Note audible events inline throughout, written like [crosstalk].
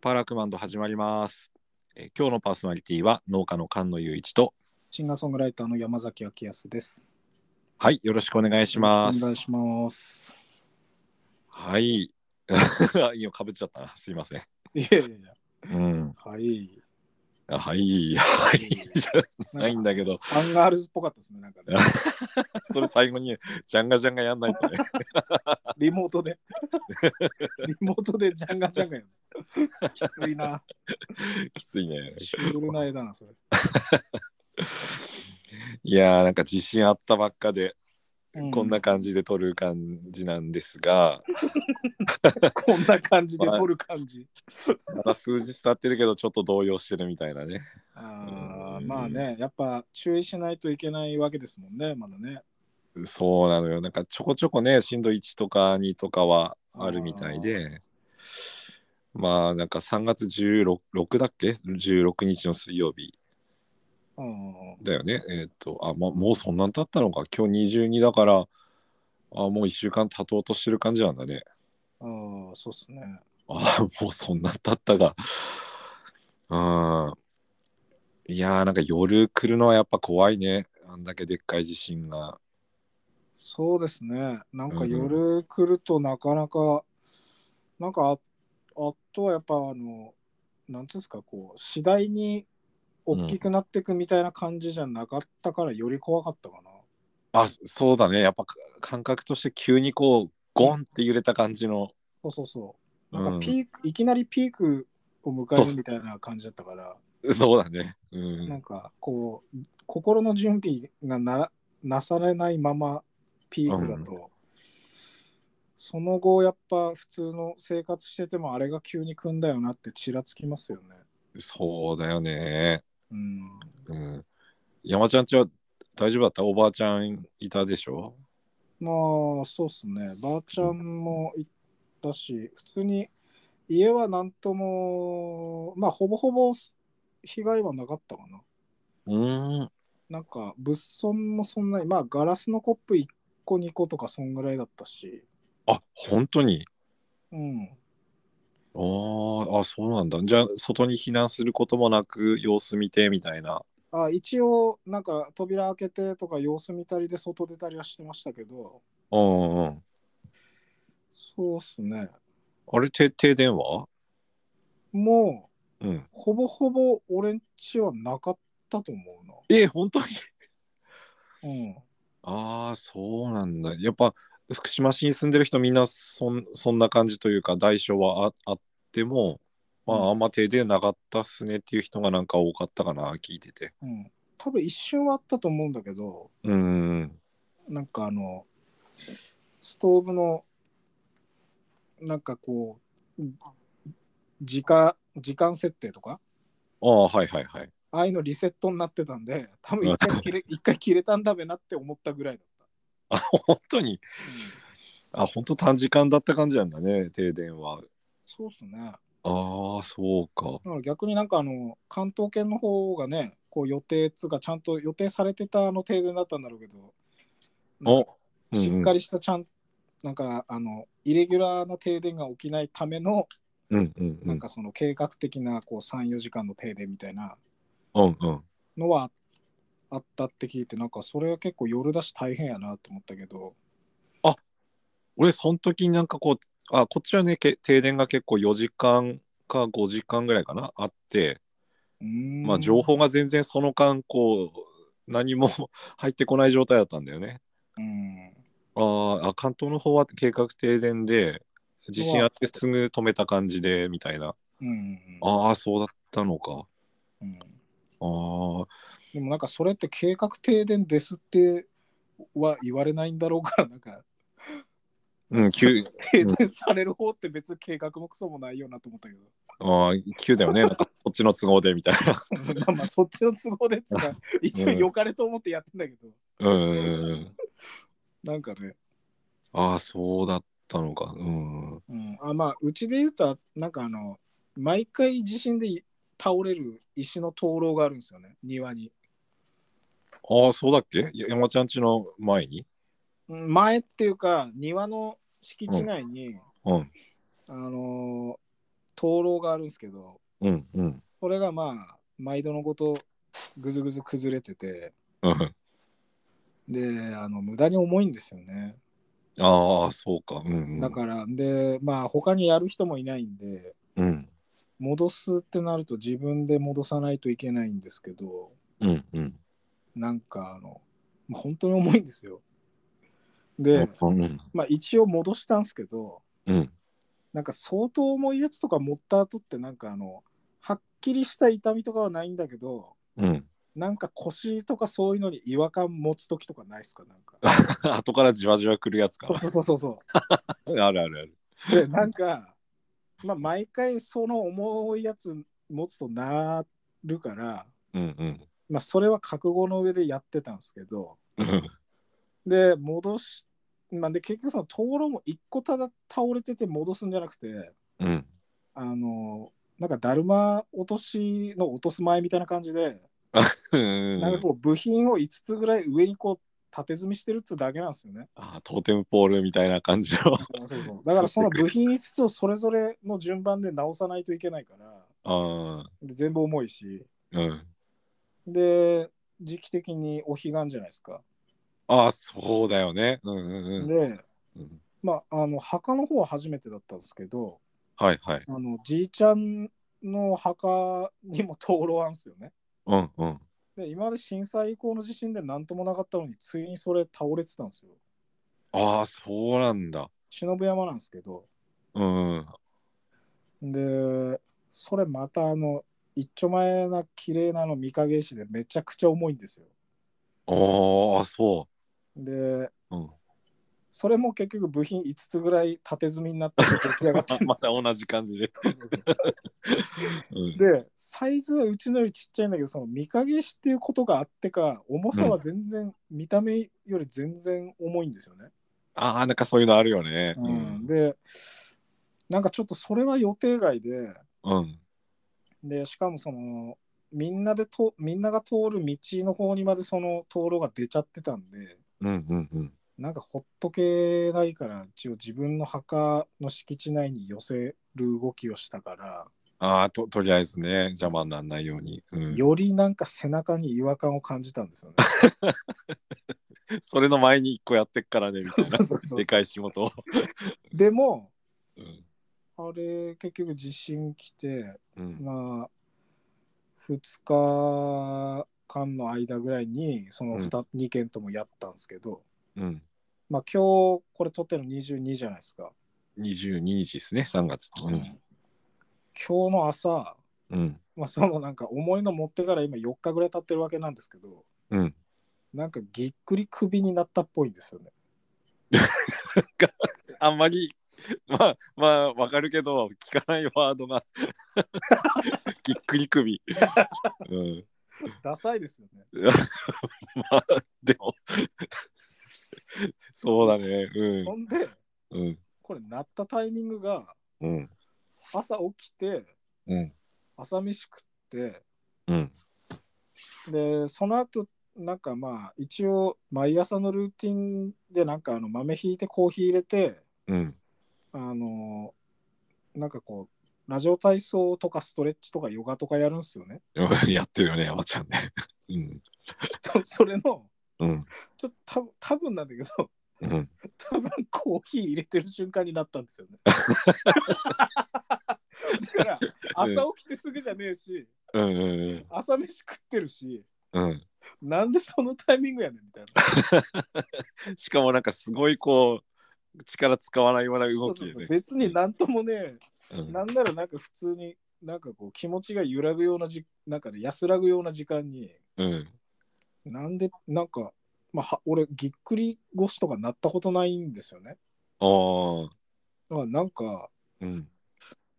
パーラークマンド始まります。えー今日のパーソナリティは農家の菅野雄一と、シンガーソングライターの山崎明康です。はい、よろしくお願いします。お願いします。はい。 [laughs] 今かぶっちゃったな。すいません。いやいやいや、うん。はい。あはい、はい、じゃないんだけど、アンガールズっぽかったですね、なん [laughs] かね。それ最後にジャンガジャンガやんないとね。 [laughs] リモートで。リモートでジャンガジャンガやるきついな。きついね。シュールな絵だな、それ。いやー、なんか自信あったばっかで、うこんな感じで撮る感じなんですが、こんな感じで撮る感じ。まだ数日経ってるけど、ちょっと動揺してるみたいなね。ああうんまあね、やっぱ注意しないといけないわけですもんね、まだね。そうなのよ。なんかちょこちょこね、震度1とか2とかはあるみたいで、まあなんか3月16だっけ ?16 日の水曜日うん。だよね。えっ、と、あ、ま、もうそんなん経ったのか。今日22だから、あ、もう1週間経とうとしてる感じなんだね。ああ、そうっすね。あ、 [laughs] もうそんなん経ったが。うん。いやーなんか夜来るのはやっぱ怖いね。あんだけでっかい地震が。そうですね。なんうかんうん夜来るとなかなか、なんかああとはやっぱあの、なんていうんですか、こう、次第に大きくなっていくみたいな感じじゃなかったから、より怖かったかな。あそそうだねやっぱか感覚として急にこうゴンって揺れた感じのそうそうそう。うんなんかピーク、いきなりピークを迎えるみたいな感じだったから、そうだねうなんんかこう、心の準備がならなされないままピークだと、その後やっぱ普通の生活しててもあれが急に来んだよなってちらつきますよね。そうだよねうん、うん山ちゃんちは大丈夫だったおばあちゃんいたでしょまあそうっすねばあちゃんも行ったし普通に家はなんともまあほぼほぼ被害はなかったかなうーんなんか物損もそんなにまあガラスのコップ1個2個とかそんぐらいだったしあ本当にうんあーあそうなんだじゃあ外に避難することもなく様子見てみたいなあ一応なんか扉開けてとか様子見たりで外出たりはしてましたけどうんうんうんそうっすねあれて停電はもううんほぼほぼ俺んちはなかったと思うなえ本当にうんああそうなんだやっぱ福島市に住んでる人みんなそんそんな感じというか代償はああってもまうんああんま停電なかったっすねっていう人がなんか多かったかな聞いててうん、多分一瞬はあったと思うんだけどうーんなんかあのストーブのなんかこう時間時間設定とかああはいはいはい [laughs] ああいうのリセットになってたんで多分一回切れ一回切れたんだべなって思ったぐらいだっあ本当にた、うんあ本当短時間だった感じなんだね停電はそうっすねだああそうかから逆になんかあの関東圏の方がねこう予定つうかちゃんと予定されてたあの停電だったんだろうけどなんおかうんしっかりしたちゃん、なんかあのイレギュラーな停電が起きないためのうんうんうなんんかその計画的なこう34時間の停電みたいなうんうんのはあったって聞いてなんかそれは結構夜だし大変やなと思ったけど俺その時になんかこうあこっちはねけ停電が結構4時間か5時間ぐらいかなあってうーんまあ、情報が全然その間こう何も [laughs] 入ってこない状態だったんだよね。うんあーあ関東の方は計画停電で地震あってすぐ止めた感じでみたいなうんああそうだったのかうんあーでもなんかそれって計画停電ですっては言われないんだろうからなんか [laughs] うん急停電される方って別に計画もクソもないよなと思ったけど [laughs] あー急だよねなんかこっちの都合でみたいな [laughs] まあまあそっちの都合でっつうか一応うん良かれと思ってやってんだけど、うんうんうんなんかねああそうだったのかうんうん、あまあうちで言うとなんかあの毎回地震で倒れる石の灯籠があるんですよね庭にああそうだっけや山ちゃんちの前にうん前っていうか庭の敷地内に、うんあのー灯籠があるんですけど、うんうんこれがまあ、毎度のごとぐずぐず崩れてて、うんで、あの無駄に重いんですよね。ああそうかうんうんだから、で、まあ、他にやる人もいないんで、うん戻すってなると自分で戻さないといけないんですけど、うんうんなんかあの、まあ、本当に重いんですよ。で、うんまあ、一応戻したんですけど、うんなんか相当重いやつとか持った後ってなんかあのはっきりした痛みとかはないんだけどうんなんか腰とかそういうのに違和感持つ時とかないっすかなん [laughs] か [laughs] 後からじわじわくるやつかそうそうそうそあ [laughs] るあるあるうでなんかまあ毎回その重いやつ持つとなるからうんうんまあそれは覚悟の上でやってたんですけどうんで戻し、まあ、で結局その灯籠も一個ただ倒れてて戻すんじゃなくてうんあのなんかだるま落としの落とす前みたいな感じでうんなんかこう部品を5つぐらい上にこう縦積みしてるっつうだけなんですよね。あートーテムポールみたいな感じの [laughs] だからその部品5つをそれぞれの順番で直さないといけないからあで全部重いしーうんで時期的にお彼岸じゃないですか。あーそうだよねうんうんうんでうんまああの墓の方は初めてだったんですけどはいはいあのじいちゃんの墓にも灯籠あんすよね。うんうんで今まで震災以降の地震で何ともなかったのについにそれ倒れてたんですよ。ああそうなんだ忍山なんですけど。うんうんで、それまたあの、一丁前な綺麗なの御影石でめちゃくちゃ重いんですよ。ああそで、う [laughs] うんそれも結局部品5つぐらい縦積みになって出来上がってるんでますたよ。同じ感 [laughs] じで。そうそうそううんで、サイズはうちのよりちっちゃいんだけど、その御影石っていうことがあってか、重さは全然、見た目より全然重いんですよね。ああ、なんかそういうのあるよね。ううん、ん。で、なんかちょっとそれは予定外で、うん。でしかもそのみんなでとみんなが通る道の方にまでその灯籠が出ちゃってたんでうんうんうん。なんかほっとけないから一応自分の墓の敷地内に寄せる動きをしたから、ああ、と、とりあえずね、邪魔にならないように。うん。よりなんか背中に違和感を感じたんですよね。それの前に一個やってっからね、みたいそなうそうそう。そうでかい仕事を。でもうん。あれ結局地震来てうん。まあ2日間の間ぐらいにその 2,、二件ともやったんですけど、うん。まあ、今日これ撮ってるの22じゃないですか。 22日ですね、3月。今日の朝、うん。うん。まあ、そのなんか重いの持ってから今4日ぐらい経ってるわけなんですけど、うんなんかぎっくり首になったっぽいんですよね。あんまり、まあ、まあ、わかるけど、聞かないワードが。 [laughs] ぎっくり首。うん。ダサいですよね。まあ、でも。そうだね。そんで、うん。うん。これ鳴ったタイミングがうん。朝起きてうん。朝飯食って、うん。で、その後なんかまあ一応毎朝のルーティンでなんかあの豆ひいてコーヒー入れて、うん。あのなんかこう、ラジオ体操とかストレッチとかヨガとかやるんですよね。 [laughs] やってるよね、山ちゃんね。うん。そそれの、うん。ちょっと多分多分なんだけど、 [laughs] うん。多分コーヒー入れてる瞬間になったんですよね。 [laughs] だから、朝起きてすぐじゃねえし、うん。うん。朝飯食ってるし、うん。なんでそのタイミングやねんみたい [laughs] な。しかもなんかすごいこう、力使わないようなそ動うきそうでそうね。別になんともね、うんなんならなんか普通に、なんかこう気持ちが揺らぐようなじ、なんかね、安らぐような時間に、うん。なんで、なんか、まあ、は俺、ぎっくり腰とかなったことないんですよね。ああ。だからなんか、うん。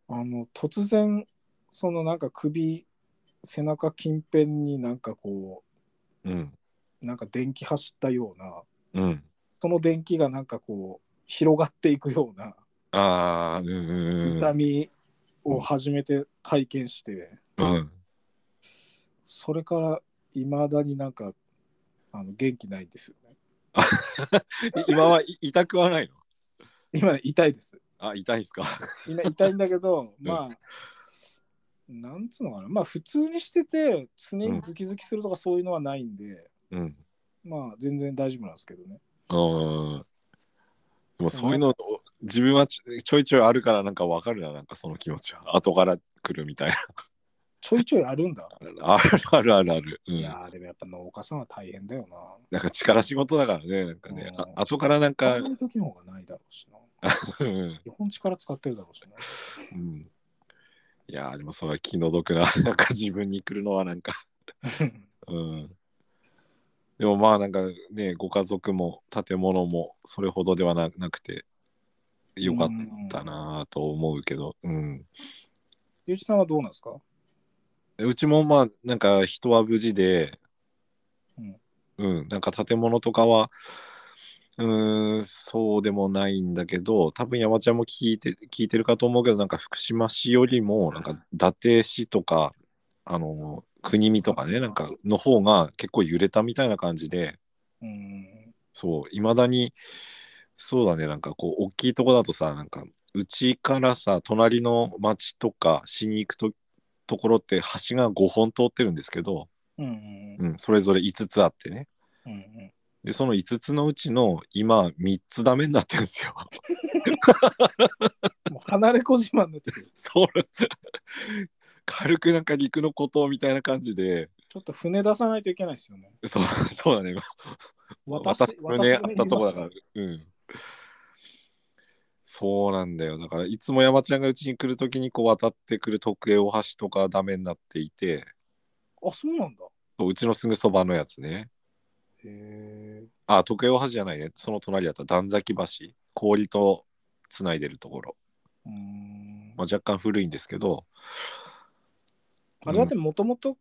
あの突然そのなんか首背中近辺になんかこうん。うなんか電気走ったようなうん。その電気がなんかこう広がっていくようなああ。うん。うん。痛みを初めて体験して、うん。それからいまだになんかあの元気ないんですよね今は痛くはないの今ね痛いですあ、痛いですか。 [laughs] みんな痛いんだけど、まあ、なんつうのかな、まあ普通にしてて、常にズキズキするとかそういうのはないんで、うん。まあ全然大丈夫なんですけどね。うん。でもそういうの、自分はちちょいちょいあるからなんかわかるな、なんかその気持ちは。後から来るみたいな。ちょいちょいあるん [laughs] だ。あるあるあるある。ういん。やー、でもやっぱ農家さんは大変だよなな。んか力仕事だからね、なんかね。あうん後からなんかあ、の時の方がないだろうしな。うん。基本力使ってるだろうしな。うんいやーでもそれは気の毒ななんか自分に来るのはなんかうんでもまあなんかねご家族も建物もそれほどではななくて [laughs] よかったなぁと思うけどうん、ゆうちさんはどうなんですかうちもまあなんか人は無事でうん、うん、なんか建物とかはうーんそうでもないんだけど多分山ちゃんも聞いて聞いてるかと思うけどなんか福島市よりもなんか伊達市とかあの国見とかねなんかの方が結構揺れたみたいな感じでうん。そういまだにそうだねなんかこう大きいとこだとさなんかうちからさ隣の町とか市に行くとところって橋が5本通ってるんですけど、うん。うん。うん、それぞれ5つあってねうんうん。で、その5つのうちの今3つダメになってるんですよ。 [laughs] もう離れ小島になってくる。そう。 [laughs] 軽くなんか陸の孤島みたいな感じで、ちょっと船出さないといけないですよね。そうそうだね。渡す私もね、あったとこだから。。渡すうん。そうなんだよ。だから、いつも山ちゃんがうちに来るときにこう渡ってくる特営大橋とかダメになっていて、あ、そうなんだ。そううちのすぐそばのやつね。へえ。あ、特営大橋じゃないね。その隣だった段崎橋。氷とつないでるところ。うーん。まあ、若干古いんですけど。あれだってもともと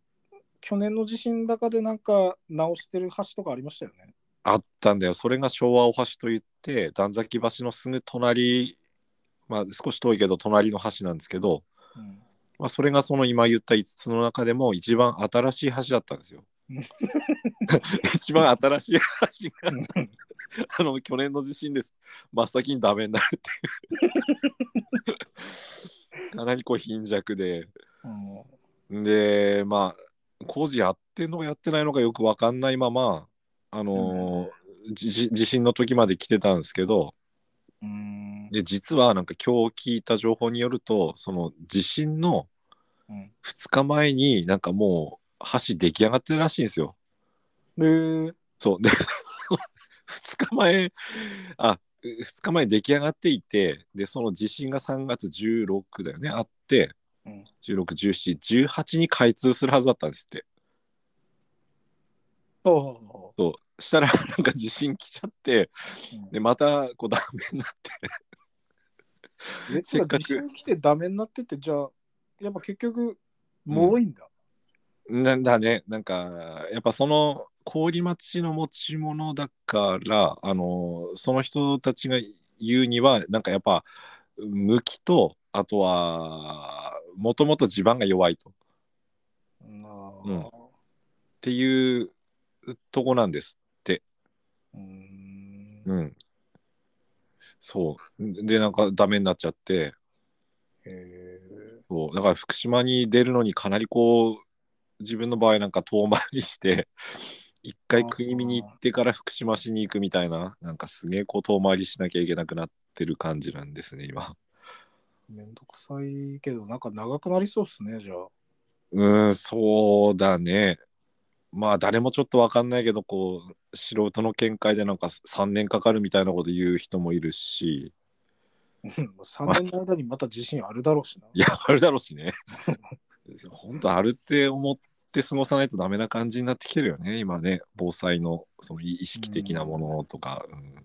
去年の地震高でなんか直してる橋とかありましたよね。あったんだよ。それが昭和大橋といって、段崎橋のすぐ隣、まあ、少し遠いけど、隣の橋なんですけど、うん、まあ、それがその今言った5つの中でも一番新しい橋だったんですようん。一番新しい橋が、あの、去年の地震です。真っ先にダメになるっていう。かなりこう貧弱で。うんで、まあ、工事やってんのかやってないのかよくわかんないまま、あのーじじ地震の時まで来てたんですけど、うんで、実はなんか今日聞いた情報によると、その地震のうん2日前になんかもう橋出来上がってるらしいんですよ。で、そう。で、2日前、あ、2日前に出来上がっていて、で、その地震が3月16だよね、あって、うん16、17、18に開通するはずだったんですって。そそうしたらなんか地震来ちゃってうんでまたこうダメになってう。えせっかく地震来てダメになってて、じゃあ、やっぱ結局、もういいんだ。なんだねなんかやっぱその氷町の持ち物だからあのその人たちが言うにはなんかやっぱ向きとあとはもともと地盤が弱いとっうんあーていうとこなんです。うんうん、そうでなんかダメになっちゃってへーそうだから福島に出るのにかなりこう自分の場合なんか遠回りして一回国見に行ってから福島市に行くみたいななんかすげえこう遠回りしなきゃいけなくなってる感じなんですね今 [laughs] めんどくさいけど、なんか長くなりそうっすね、じゃあ。うーんそうだねまあ誰もちょっと分かんないけどこう素人の見解でなんか3年かかるみたいなこと言う人もいるし3年の間にまた地震あるだろうしな。いやあるだろうしね [laughs] 本当あるって思って過ごさないとダメな感じになってきてるよね今ね防災のそのい意識的なものとか、うん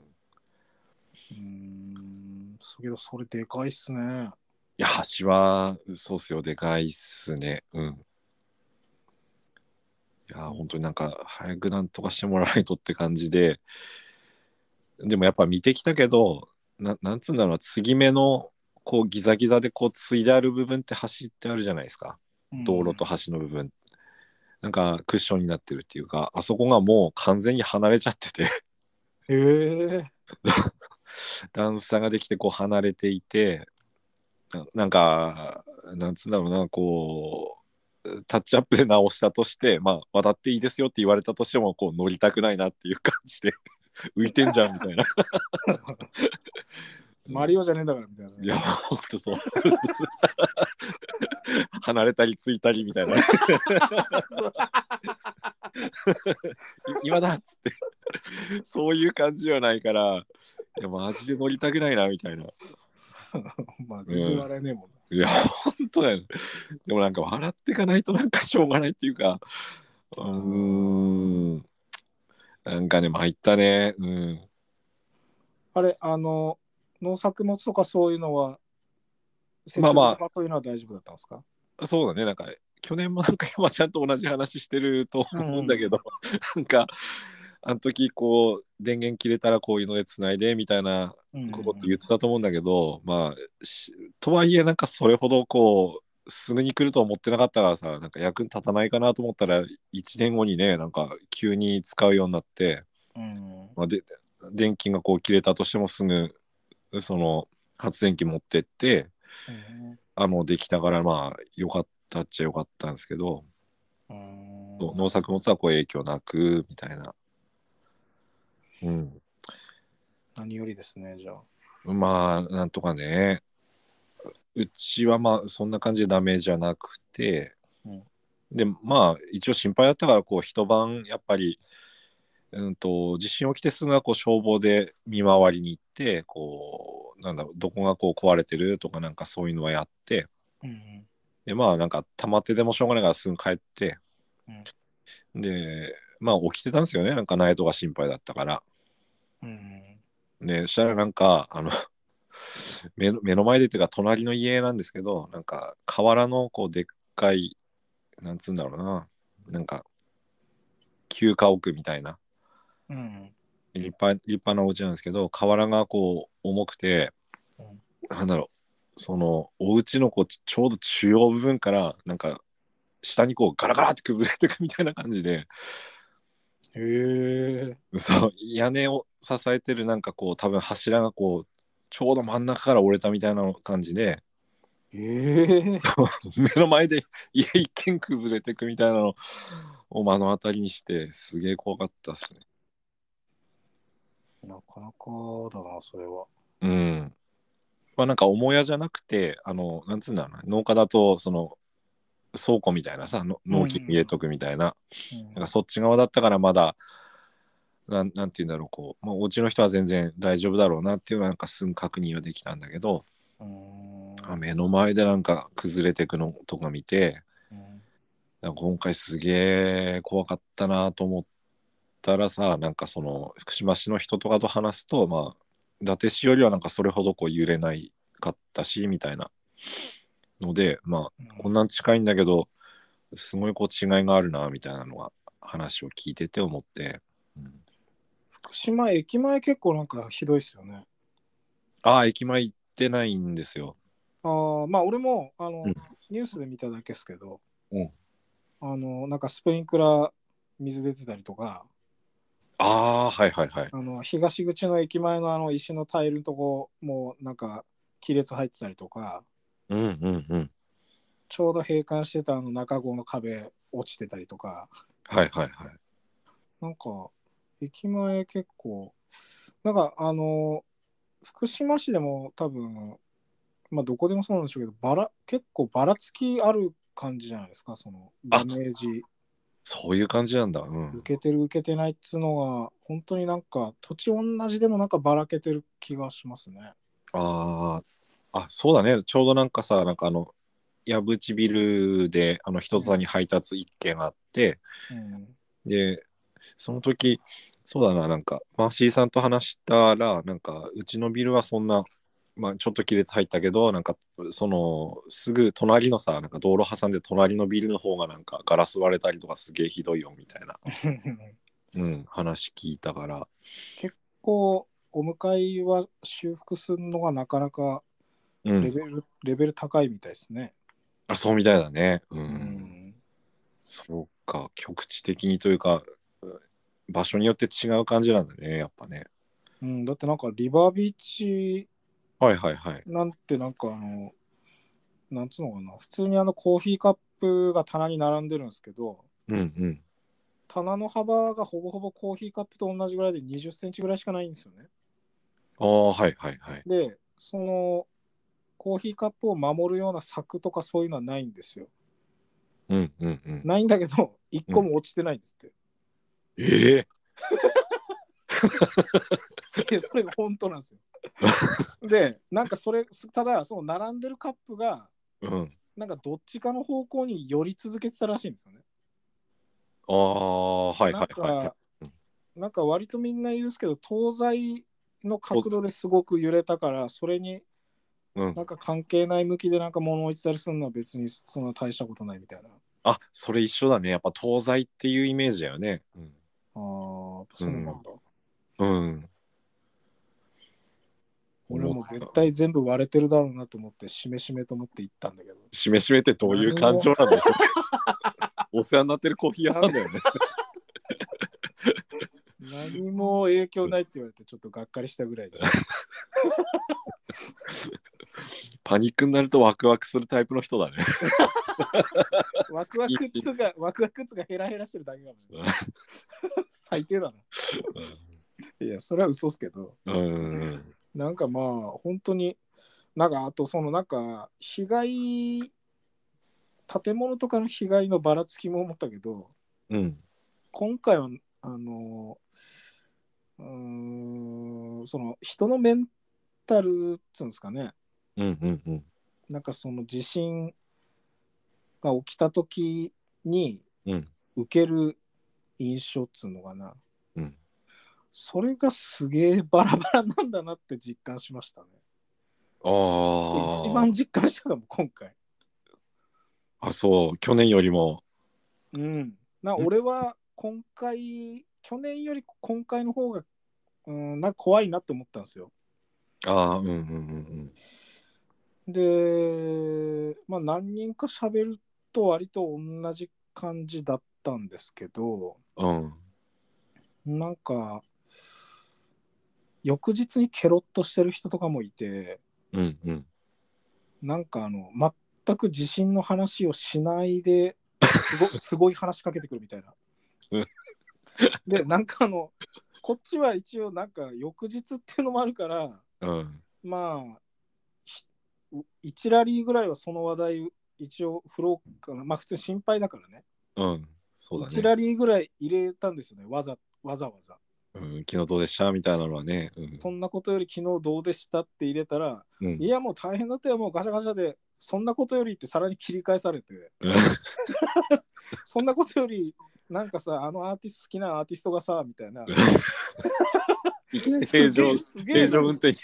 いうん、そけどそれでかいっすね。や橋はそうっすよでかいっすねうんいや本当になんか早くなんとかしてもらわないとって感じででもやっぱ見てきたけどななんつうんだろうな継ぎ目のこうギザギザでこう継いである部分って橋ってあるじゃないですか道路と橋の部分、なんかクッションになってるっていうかあそこがもう完全に離れちゃっててうん。へえ。 [laughs] 段差ができてこう離れていてななんかなんつうんだろうなこうタッチアップで直したとしてまあ渡っていいですよって言われたとしてもこう乗りたくないなっていう感じで [laughs] 浮いてんじゃんみたいな。マリオじゃねえんだからみたいなね、いや、ほんとそう。 [laughs] 離れたりついたりみたいな。今だっつって。そういう感じはないから、いや、マジで乗りたくないなみたいな。 [laughs] まあ全然笑えねえもん、いや、ほんとだよ。でもなんか笑ってかないとなんかしょうがないっていうか、うーん。なんかね、参ったね。うん。あれ、あの、農作物とかそういうのは、まあまあ設備とかそういうのは大丈夫だったんですかそうだね、なんか去年もなんか山ちゃんと同じ話してると思うんだけど、なんかあの時こう電源切れたらこういうのでつないでみたいなことって言ってたと思うんだけど、まあしとはいえなんかそれほどこうすぐに来ると思ってなかったからさなんか役に立たないかなと思ったら1年後にねなんか急に使うようになって、うんまあ、で電気がこう切れたとしてもすぐその発電機持ってってあのできたからまあ良かったっちゃ良かったんですけど、うんそう農作物はこう影響なくみたいな、うん、何よりですね、じゃあ。まあなんとかねうちはまあそんな感じでダメージはなくて、うんでまあ一応心配だったからこう一晩やっぱり、うん、と地震起きてすぐはこう消防で見回りに行ってこうなんだろうどこがこう壊れてるとかなんかそういうのはやってうんでまあなんか溜まってでもしょうがないからすぐ帰って、でまあ起きてたんですよねなんかナイトが心配だったから。うんねしたらなんかあの [laughs] 目の目の前でっていうか隣の家なんですけどなんか河原のこうでっかいなんつうんだろうななんか旧家屋みたいなうん立派立派なお家なんですけど瓦がこう重くて、うんなんだろうそのお家のこうちちょうど中央部分からなんか下にこうガラガラって崩れてくみたいな感じでへえ。そう屋根を支えてるなんかこう多分柱がこうちょうど真ん中から折れたみたいな感じで [laughs] ええ。目の前で [laughs] 家一軒崩れてくみたいなのを目の当たりにしてすげえ怖かったっすね。なかなかだな、それは。うん。まあなんか母屋じゃなくてあのなんつうんだろうな農家だとその倉庫みたいなさの農機入れとくみたいな,、なんかそっち側だったからまだなんなんて言うんだろうこう、まあ、お家の人は全然大丈夫だろうなっていうのはなんかすぐ確認はできたんだけど、うんあ目の前でなんか崩れてくのとか見てうんなんか今回すげえ怖かったなと思ったらさなんかその福島市の人とかと話すとまあ伊達市よりはなんかそれほどこう揺れないかったしみたいなのでまあこんなん近いんだけどすごいこう違いがあるなみたいなのが話を聞いてて思って、うん福島駅前結構なんかひどいっすよね。ああ駅前行ってないんですよ。ああ、まあ俺もあの、うんニュースで見ただけですけど、うんあのなんかスプリンクラー水出てたりとか、ああはいはいはい。あの東口の駅前のあの石のタイルのとこもなんか亀裂入ってたりとか、うんうんうん。ちょうど閉館してたあの中郷の壁落ちてたりとか、はいはいはい。なんか駅前結構、なんかあの福島市でも多分、まあどこでもそうなんでしょうけど、ばら結構ばらつきある感じじゃないですか、そのダメージ。そういう感じなんだ。うん。受けてる受けてないっつうのは本当になんか土地同じでもなんかばらけてる気がしますね。ああ、あ、そうだね。ちょうどなんかさ、なんかあの、矢渕ビルで、あの、人さに配達一件あって、うん [laughs] で、その時、そうだな、なんか、マーシーさんと話したら、なんか、うちのビルはそんな、まあ、ちょっと亀裂入ったけど、なんか、その、すぐ隣のさ、なんか道路挟んで隣のビルの方がなんか、ガラス割れたりとかすげえひどいよ、みたいな、うん、話聞いたから。こうお迎えは修復するのがなかなかうレん。ベル、レベル高いみたいですね。あ、そうみたいだね。ううんそうか、局地的にというか、うん場所によって違う感じなんだね、やっぱね。うん、だってなんかリバービーチはいはいはい。なんてなんかあの、なんつうのかな、普通にあのコーヒーカップが棚に並んでるんですけど、うんうん。棚の幅がほぼほぼコーヒーカップと同じぐらいで20センチぐらいしかないんですよね。ああ、はいはいはい。で、そのコーヒーカップを守るような柵とかそういうのはないんですよ。うんうんうん。ないんだけど、一個も落ちてないんですっええて。いや、それが本当なんですよ。で、なんかそれ、ただ、その並んでるカップが、うん。なんかどっちかの方向に寄り続けてたらしいんですよね。ああ、はいなんはいはいはいか。なんか割とみんな言うんですけど東西の角度ですごく揺れたからそれにうんな、んか関係ない向きでなんか物を置いてたりするのは別にそんな大したことないみたいな。あそれ一緒だねやっぱ東西っていうイメージだよねうん、あーやっぱそうなんだ、うん、俺も絶対全部割れてるだろうなと思ってしめしめと思って行ったんだけど。しめしめってどういう感情なん [laughs] でしょうお世話になってるコーヒー屋さんだよね何も影響ないって言われてちょっとがっかりしたぐらいで [laughs] パニックになるとワクワクするタイプの人だねワクワクっつうかワクワクっつうかヘラヘラしてるだけかもしれない。 [laughs] 最低だな。いやそれは嘘っすけど。うんなんかまあ本当になんかあとそのなんか被害建物とかの被害のばらつきも思ったけどうん今回はあのうーんその人のメンタルっつうんですかねうんうんうんなんかその地震が起きた時にうん受ける印象っつうのかな、うんそれがすげえバラバラなんだなって実感しましたね。あー一番実感したかも今回あそう去年よりもうんなうん俺は今回去年より今回の方がうんなんか怖いなって思ったんですよああうんうんうんでまあ何人か喋ると割と同じ感じだったんですけどうんうんなんか翌日にケロッとしてる人とかもいてうんうんなんかあの全く地震の話をしないで [laughs] すごすごい話しかけてくるみたいなうん。でなんかあのこっちは一応なんか翌日っていうのもあるからうんまあひ1ラリーぐらいはその話題一応振ろうかなまあ普通心配だからねうんそう1だねラリーぐらい入れたんですよねわざわざわざ。うん昨日どうでしたみたいなのはねうんそんなことより昨日どうでしたって入れたらうん [laughs] いやもう大変だったよもうガシャガシャでそんなことよりってさらに切り返されて。うんそんなことより、なんかさ、あのアーティスト好きなアーティストがさ、みたい [laughs] な。いきなり平常平すげえすげえ常な運転に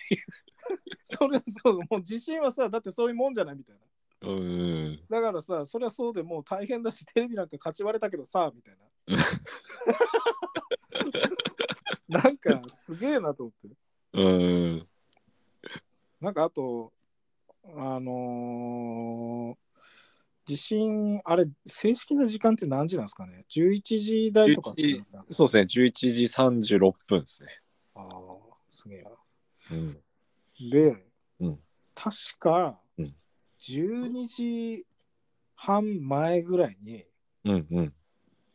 それそう、もう自信はさ、だってそういうもんじゃないみたいうんうんな。だからさ、そりゃそうでもう大変だし、テレビなんか勝ち割れたけどさ、みたい [laughs] な。なんかすげえなと思って。うんなんかあと、あのー地震、あれ、正式な時間って何時なんですかね ?11 時台とかするんだ。そうですね、11時36分ですね。ああ、すげえな。うん、で、うん確かうん12時半前ぐらいにうん、うん。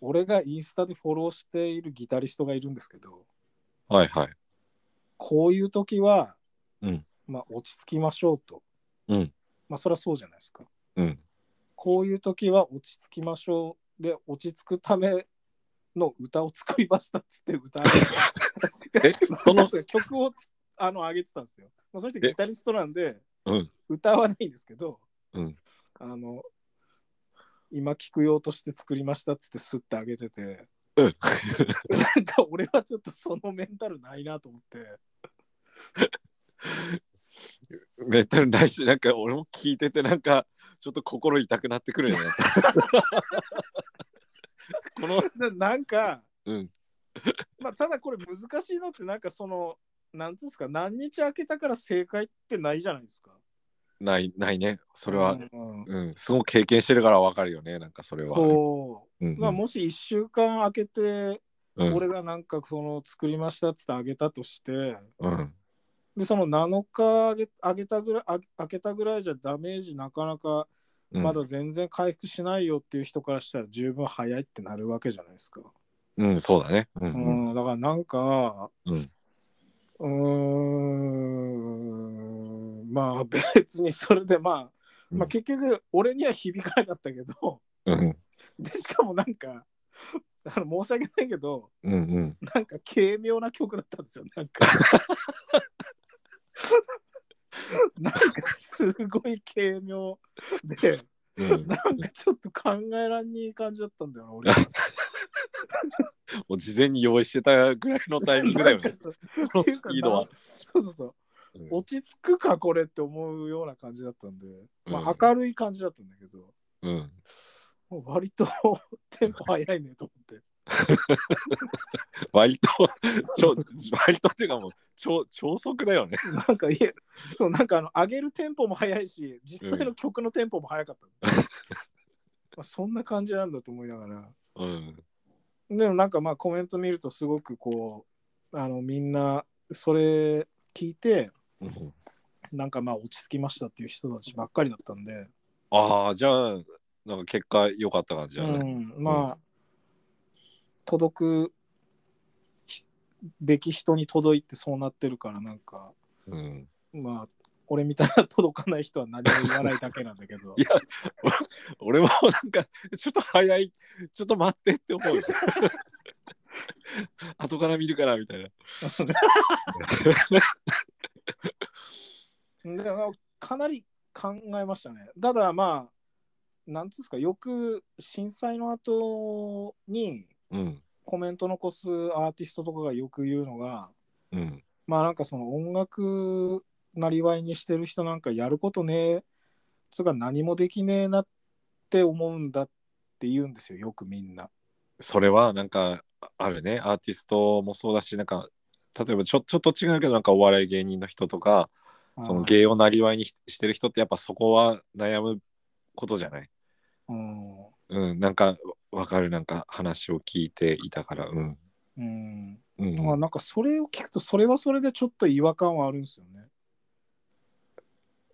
俺がインスタでフォローしているギタリストがいるんですけどはいはい。こういう時は、うんまあ、落ち着きましょうと、うんまあそれはそうじゃないですかうん、こういう時は落ち着きましょうで落ち着くための歌を作りましたっつって歌 [laughs] [laughs] えその曲をつあの上げてたんですよ、まあ、そしてギタリストなんでうん、歌わないんですけど、うんあの今聞くようとして作りましたっつってスッてあげてて、うん [laughs] なんか俺はちょっとそのメンタルないなと思ってメンタルないし、なんか俺も聞いてて、なんかちょっと心痛くなってくるよね。 [laughs] この、ななんか、うんまあ、ただこれ難しいのってなんかそのなんつうんですか何日空けたから正解ってないじゃないですかない、ないね。そそれは、うん、すごく経験してるからわかるよね、なんかそれは。そううん、まあ、もし1週間空けてうん俺がなんかその作りましたっつってあげたとしてうんでその7日あげあげたぐらいあ開けたぐらいじゃダメージなかなかうんまだ全然回復しないよっていう人からしたら十分早いってなるわけじゃないですか。うんそうだねうんううんん、だからなんか、うんうーん、まあ別にそれでまあ、まあ結局俺には響かなかったけど、 [laughs] うんでしかもなんか、あの申し訳ないけど、うんうんなんか軽妙な曲だったんですよ、な [laughs] んか。なんかすごい軽妙で。うんなんかちょっと考えらんにいい感じだったんだよ [laughs] な、俺は。もう事前に用意してたぐらいのタイミングだよね [laughs] なんかそうそのスピードはっていうかなそうそうそう。うん落ち着くか、これって思うような感じだったんで、まあうん、明るい感じだったんだけど、うんもう割とテンポ早いねと思って。割と [laughs] 超割とっていうかもう超超速だよね [laughs] なんかいえ、そう、なんかあの上げるテンポも早いし、実際の曲のテンポも早かった。 [laughs] まあそんな感じなんだと思いながら。うんでもなんかまあコメント見るとすごくこう、あのみんなそれ聞いて、うんなんかまあ落ち着きましたっていう人たちばっかりだったんで、ああじゃあなんか結果良かった感じうだねん、まあ、届くひべき人に届いてそうなってるからなんかうんまあ俺みたいな届かない人は何も言わ [laughs] ないだけなんだけどいや、俺もなんか、ちょっと早い、ちょっと待ってって思うよ。 [laughs] 後から見るからみたいな。でかなり考えましたねただまあなんつうんですかよく震災の後にうん、コメント残すアーティストとかがよく言うのがうん、まあなんかその音楽なりわいにしてる人なんかやることねえつうか何もできねえなって思うんだって言うんですよよくみんな。それはなんか、あるね、アーティストもそうだし、なんか、例えばちょちょっと違うけど、なんかお笑い芸人の人とか、その芸をなりわいにししてる人って、やっぱそこは悩むことじゃない。うん、うん、なんか、わかる、なんか話を聞いていたから、うん。うんうん、まあなんかそれを聞くとそれはそれでちょっと違和感はあるんですよね。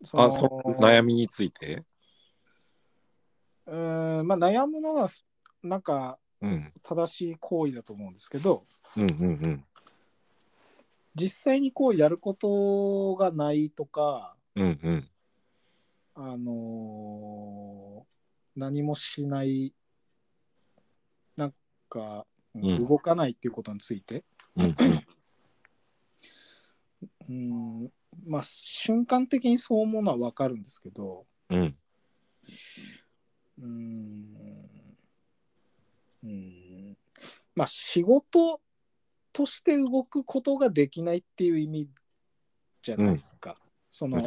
そのあ、その悩みについて。うんまあ悩むのはふなんかうん、正しい行為だと思うんですけどうん、うん、うん。実際にこうやることがないとかうんうんあのー何もしない、なんか、ん動かないっていうことについて、うんうんうん、まあ、瞬間的にそう思うのはわかるんですけど、うんうん、うん、まあ、仕事として動くことができないっていう意味じゃないですか。その、うん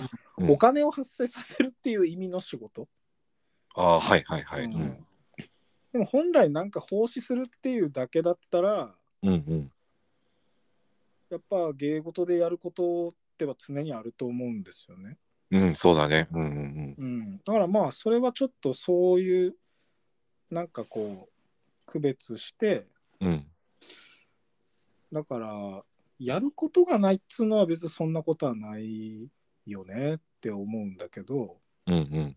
お金を発生させるっていう意味の仕事。ああはいはいはい。ううんんでも本来なんか奉仕するっていうだけだったらうんうんやっぱ芸事でやることっては常にあると思うんですよね。うんそうだね。うんうんうん、だからまあそれはちょっとそういうなんかこう区別してうんうんだからやることがないっつうのは別にそんなことはないよねって思うんだけどうんうん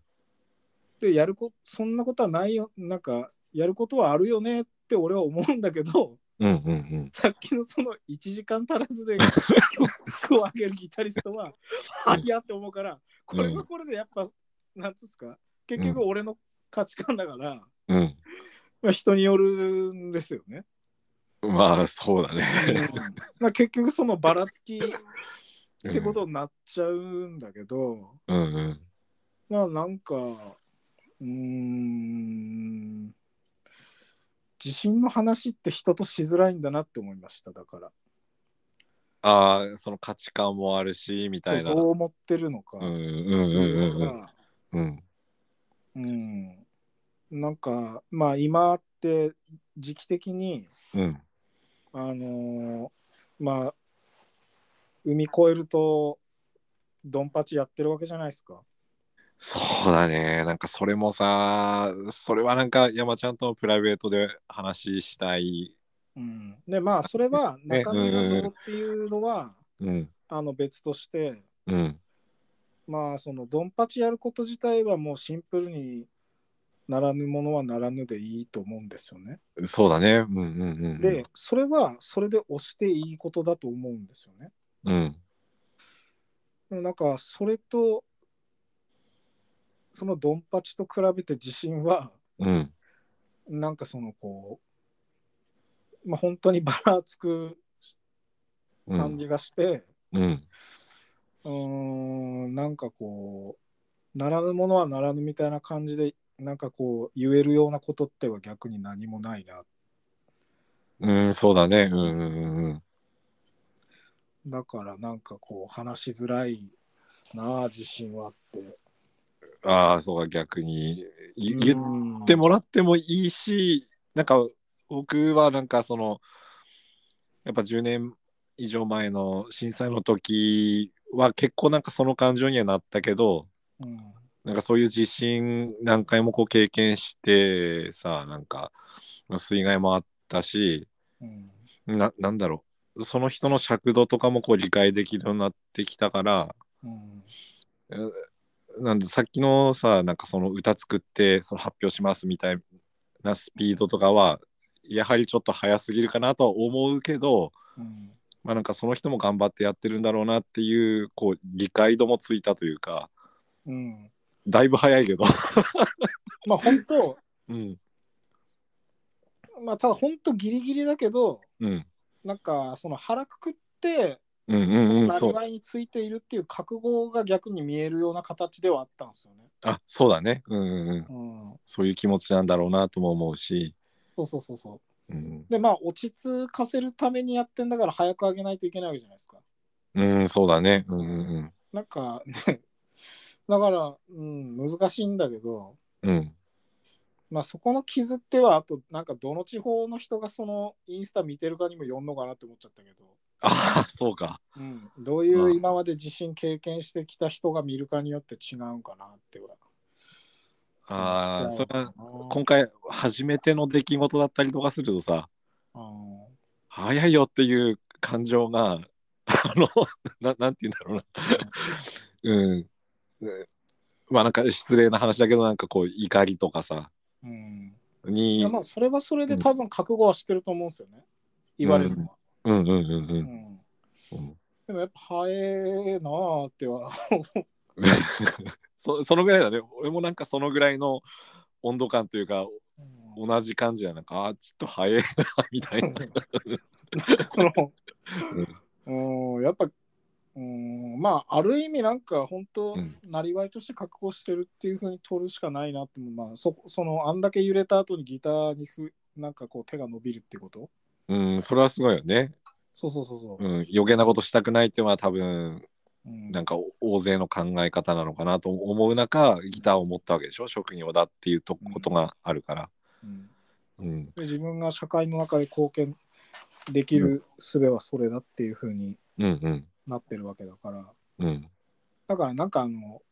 でやるこそんなことはないよなんかやることはあるよねって俺は思うんだけどうんうんうんさっきのその1時間足ら [laughs] ずで曲を上げるギタリストは、あいやって思うから、これはこれでやっぱ、なんつうんすか、結局俺の価値観だから、うんまあ、人によるんですよ [laughs] ね。うんまあそうだね。まあ結局そのばらつきっうんてことになっちゃうんだけど、うんうんまあなんか、うーん、自信の話って人としづらいんだなって思いました、だから。ああその価値観もあるしみたいな。うんどう思ってるのか。うんうんうんうんうんうん、なんかまあ今って時期的にうんあのーまあ海越えるとドンパチやってるわけじゃないですか。そうだねなんかそれもさそれはなんか山ちゃんとのプライベートで話したいうん、でまあそ [laughs] れはね中身がどうっていうのはうん。あの別としてうん。まあそのドンパチやること自体はもうシンプルにならぬものはならぬでいいと思うんですよね。そうだね。うんうんうんうん。で、それはそれで押していいことだと思うんですよね。うん。でもなんかそれとそのドンパチと比べて自信は [laughs] うん。なんかそのこう、まあ、本当にばらつくう感ん。じがして、うん。うーん、んなんかこうならぬものはならぬみたいな感じでなんかこう言えるようなことっては逆に何もないなうん、そうだね。うんうんうんうん。だからなんかこう話しづらいなあ自信はあってああ、そうか、逆に。い言っってもらってもいいし、なんか、僕はなんかその、やっぱ10年以上前の震災の時は結構なんかその感情にはなったけど、うんなんかそういう地震何回もこう経験してさ、なんか水害もあったし、うんななんだろうその人の尺度とかもこう理解できるようになってきたからうんなんでさっきのさなんかその歌作ってその発表しますみたいなスピードとかはやはりちょっと早すぎるかなとは思うけど、うんまあ、なんかその人も頑張ってやってるんだろうなっていうこう理解度もついたというかうんだいぶ早いけど、 [laughs] まあ本当うんまあただ本当ギリギリだけどうん、なんかその腹くくってうんそうんうのんそ生うりについているっていう覚悟が逆に見えるような形ではあったんですよね。あそうだね、うんうんうん、うん、そういう気持ちなんだろうなとも思うし、そうそうそうそう。うん、でまあ落ち着かせるためにやってんだから早く上げないといけないわけじゃないですか。うんそうだねうんうんなんかねだから、うん、難しいんだけど、うんうんまあ、そこの傷ってはあとなんかどの地方の人がそのインスタ見てるかにもよんのかなって思っちゃったけど、ああそうかうん、どういう今まで地震経験してきた人が見るかによって違うんかなっては。ああそれはこ今回初めての出来事だったりとかするとさん早いよっていう感情があの [laughs] ななんて言うんだろうなうんうんまあなんか失礼な話だけどなんかこう怒りとかさうん、いにやまあそれはそれで多分覚悟はしてると思うんですよね、言われるのは。うんうんうんううんんうんでもやっぱ早えなあってはそそのぐらいだね俺もなんかそのぐらいの温度感というかうん同じ感じやなんかあーちょっと早いなみたいなこの [laughs] うんやっぱうんまあある意味なんか本当、うんなりわいとして覚悟してるっていうふうに取るしかないなってまあそそのあんだけ揺れた後にギターにふなんかこう手が伸びるってことうんそれはすごいよねそうそうそうそうう、ん、余計なことしたくないっていうのは多分うんなんか大勢の考え方なのかなと思う中ギターを持ったわけでしょ職業だっていうとうんことがあるから、うんうん、で自分が社会の中で貢献できる術はそれだっていうふうにうんうんなってるわけだからうんだからなんかあの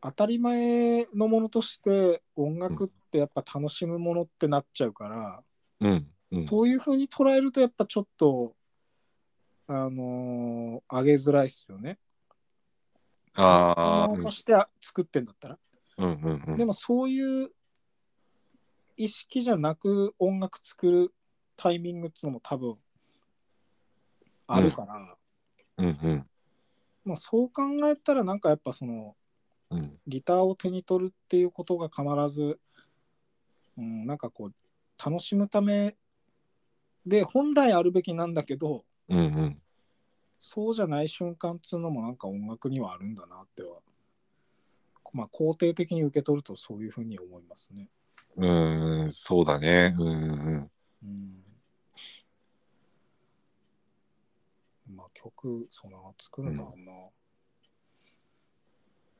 当たり前のものとして音楽ってやっぱ楽しむものってなっちゃうから、うんうんそういうふうに捉えるとやっぱちょっとあのー上げづらいっすよね。ああもうのんとして作ってんだったら、うんうんうでんもそういう意識じゃなく音楽作るタイミングっつうのも多分あるから、うんうんまあ、そう考えたらなんかやっぱそのうんギターを手に取るっていうことが必ず、うん、なんかこう楽しむためで本来あるべきなんだけどうんうんそうじゃない瞬間っつうのもなんか音楽にはあるんだなっては、まあ、肯定的に受け取るとそういうふうに思いますね。うんうんそうだねうんうんうんまあ曲そんな作るのはな、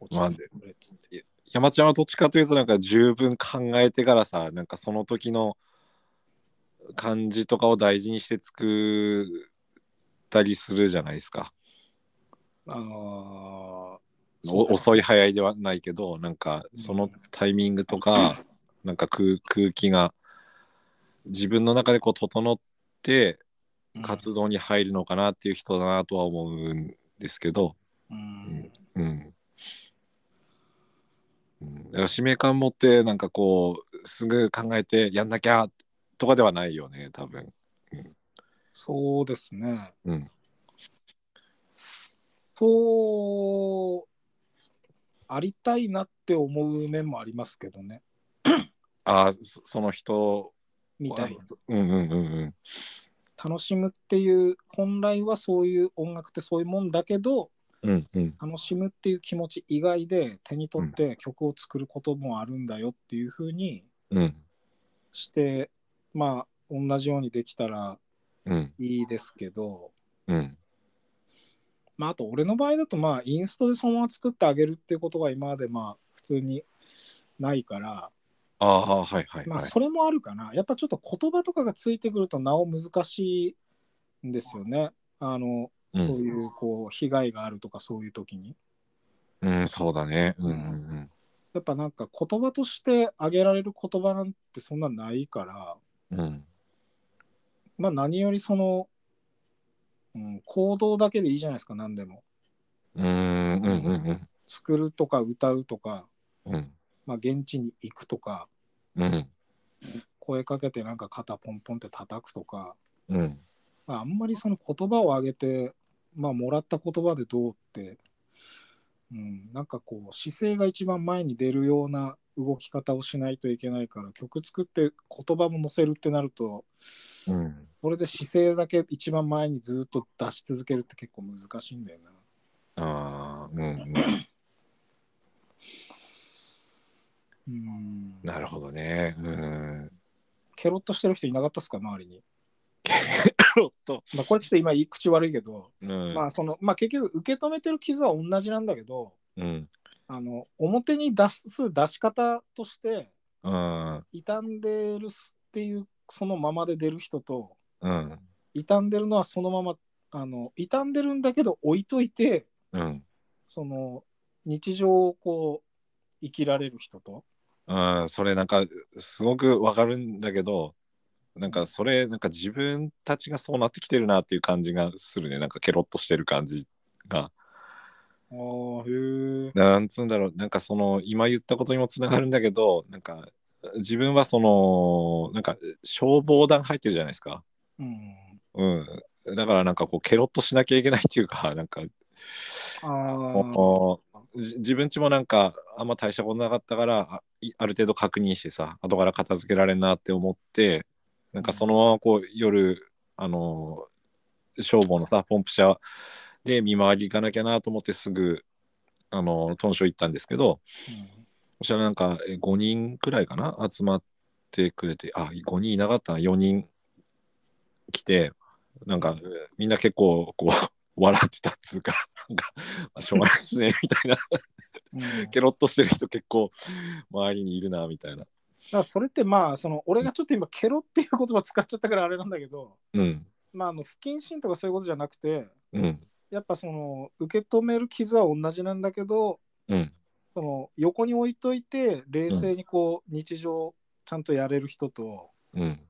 落ちてくれっつって、山ちゃんはどっちかというとなんか十分考えてからさなんかその時の感じとかを大事にして作ったりするじゃないですか。ああお遅い早いではないけどなんかそのタイミングとか、なんか空空気が自分の中でこう整っって活動に入るのかなっていう人だなとは思うんですけど、うんうんうん、だから使命感持ってなんかこうすぐ考えてやんなきゃとかではないよね多分。そうですね。うんそう、ありたいなって思う面もありますけどね。ああそその人みたいな。うんうんうんうん楽しむっていう、本来はそういう音楽ってそういうもんだけど、うんうん楽しむっていう気持ち以外で手に取って曲を作ることもあるんだよっていうふうにうんして、まあ、同じようにできたらうんいいですけど、うんまあ、あと俺の場合だとまあインストでそのまま作ってあげるっていうことが今までまあ普通にないから、ああはいはいまあ、はい。それもあるかなやっぱちょっと言葉とかがついてくるとなお難しいんですよねあのうそうんいうこう被害があるとかそういう時にうん、そうだね。うんうんやっぱなんか言葉としてあげられる言葉なんてそんなないからうん。うんまあ何よりその、うん、行動だけでいいじゃないですか何でもうんうんうん作るとか歌うとか、うんうんまあ、現地に行くとかうん声かけてなんか肩ポンポンって叩くとか、うんまあ、あんまりその言葉をあげて、まあ、もらった言葉でどうって、うん、なんかこう姿勢が一番前に出るような動き方をしないといけないから曲作って言葉も載せるってなるとうんそれで姿勢だけ一番前にずっと出し続けるって結構難しいんだよな。ああうん [coughs] うんうん、なるほどね。うん。ケロッとしてる人いなかったっすか周りに。ロット。まあ、これちょっと今言い口悪いけど、うん。まあそのまあ、結局受け止めてる傷は同じなんだけど、うん。あの表に出す出し方としてうん。傷んでるっていうそのままで出る人とうん。傷んでるのはそのままあの傷んでるんだけど置いといてうん。その日常をこう生きられる人とうん。それなんか、すごくわかるんだけど、なんかそれ、なんか自分たちがそうなってきてるなっていう感じがするね。なんかケロッとしてる感じが。あーへえなんつうんだろう、なんかその、今言ったことにもつながるんだけど、なんか、自分はその、なんか、消防団入ってるじゃないですか。うんうん。だからなんかこう、ケロッとしなきゃいけないっていうか、 [laughs] なんか、あーもうじ自分ちもなんかあんま大したことなかったからあいある程度確認してさ後から片付けられんなって思ってなんかそのままこう夜あのー消防のさポンプ車で見回り行かなきゃなと思ってすぐあのー豚書行ったんですけどそしたらなんかえ5人くらいかな集まってくれてあ5人いなかったな4人来てなんかえーみんな結構こう [laughs] 笑ってたっつうかなんかあしょうがないっすねみたいな [laughs] うんうん、だケかロッとしてる人結構周りにいるなみたいな。らそれってまあその俺がちょっと今ケロっていう言葉使っちゃったからあれなんだけど、うんまあ、あの不謹慎とかそういうことじゃなくてうんやっぱその受け止める傷は同じなんだけどうんその横に置いといて冷静にこう日常ちゃんとやれる人と、うん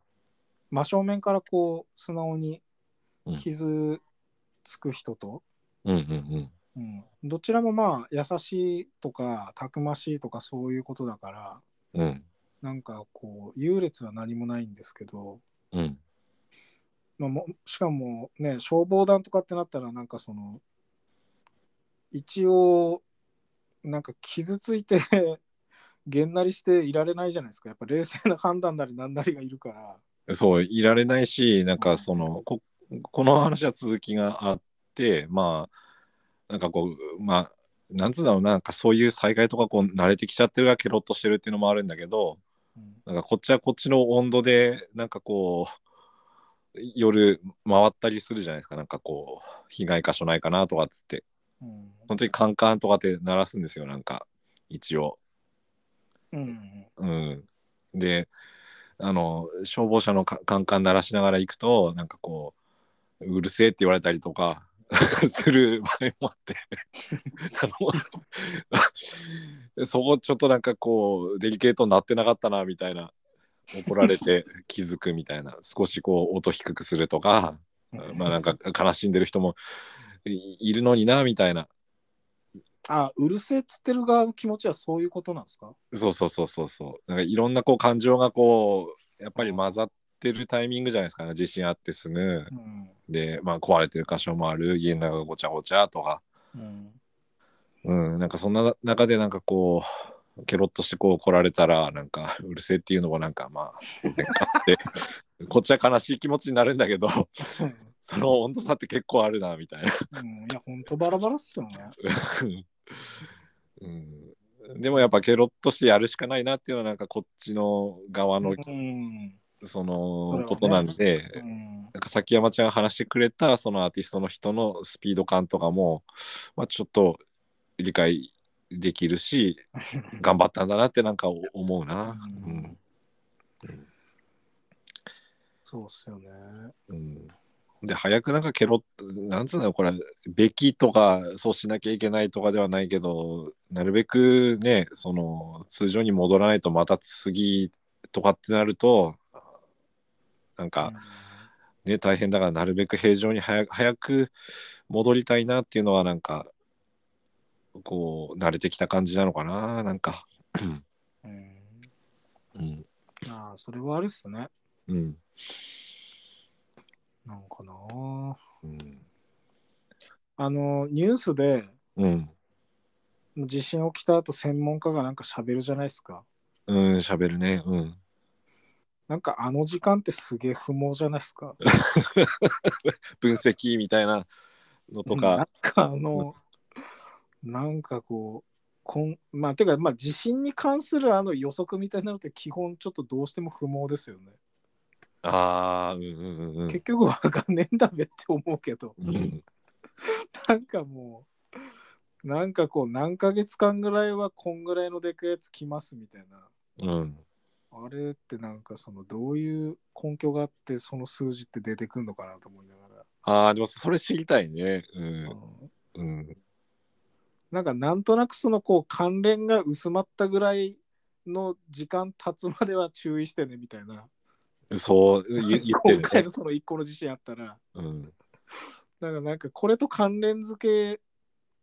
真正面からこう素直にうん傷つく人と、うんうんうんどちらもまあ優しいとかたくましいとかそういうことだからうんうんなんかこう優劣は何もないんですけど、うんまあ、もしかもね消防団とかってなったらなんかその一応なんか傷ついてげんなりしていられないじゃないですかやっぱ冷静な判断なりなんなりがいるからそういられないしなんかそのここの話は続きがあってまあなんかこうまあなんつうんだろうななんかそういう災害とかこう慣れてきちゃってるがケロッとしてるっていうのもあるんだけどうんなんかこっちはこっちの温度でなんかこう夜回ったりするじゃないですかなんかこう被害箇所ないかなとかっつってうん本当にカンカンとかって鳴らすんですよなんか一応。うんうん、であの消防車のカカンカン鳴らしながら行くとなんかこううるせえって言われたりとか [laughs] する場合もあって [laughs] あのそこちょっとなんかこうデリケートになってなかったなみたいな怒られて [laughs] 気づくみたいな少しこう音低くするとかまあなんか悲しんでる人もいいるのになみたいなあ、うるせえっつってる側の気持ちはそういうことなんですかそうそうそうそうそうなんかいろんなこう感情がこうやっぱり混ざってるタイミングじゃないですかね地震あってすぐうん。で、まあ、壊れてる箇所もある家の中がごちゃごちゃとか、うん。うん、なんかそんな中でなんかこうケロッとしてこう来られたらなんかうるせえっていうのもなんかまあ当然かって [laughs] こっちは悲しい気持ちになるんだけどその温度差って結構あるなみたいな。うん、いや、ほんとバラバラっすよね。うんでもやっぱケロッとしてやるしかないなっていうのはなんかこっちの側のうん。そそれはのねことなんで、うん。なんか崎山ちゃんが話してくれたそのアーティストの人のスピード感とかも、まあ、ちょっと理解できる [laughs] し頑張ったんだなってなんか思うな。うんそうっすよね。うんで早くなんかケロッなんつうのこれべきとかそうしなきゃいけないとかではないけどなるべくねその通常に戻らないとまた次とかってなるとなんかね、大変だからなるべく平常に早く早く戻りたいなっていうのはなんかこう慣れてきた感じなのかななんかうん。うんうんああ、それはあるっすね。うん、なんかなあうんあの、ニュースでうん地震起きた後、専門家がなんか喋るじゃないですか。うん喋るねうんなんかあの時間ってすげえ不毛じゃないですか。分析みたいなのとなんかかあの、なんかこう、こんまあ、てか、まあ、地震に関するあの予測みたいなのって基本ちょっとどうしても不毛ですよね。ああうんうんうん結局わかんねえんだべって思うけど、うんなんかもう、なんかこう、何ヶ月間ぐらいはこんぐらいのでかいやつ来ますみたいな。うんあれってなんかそのどういう根拠があってその数字って出てくるのかなと思いながら、ああでもそれ知りたいねうんうんうんなんかなんとなくそのこう関連が薄まったぐらいの時間経つまでは注意してねみたいな [laughs] そう言言って今る回ねのその一個の地震あったらうんなんかなんかこれと関連付け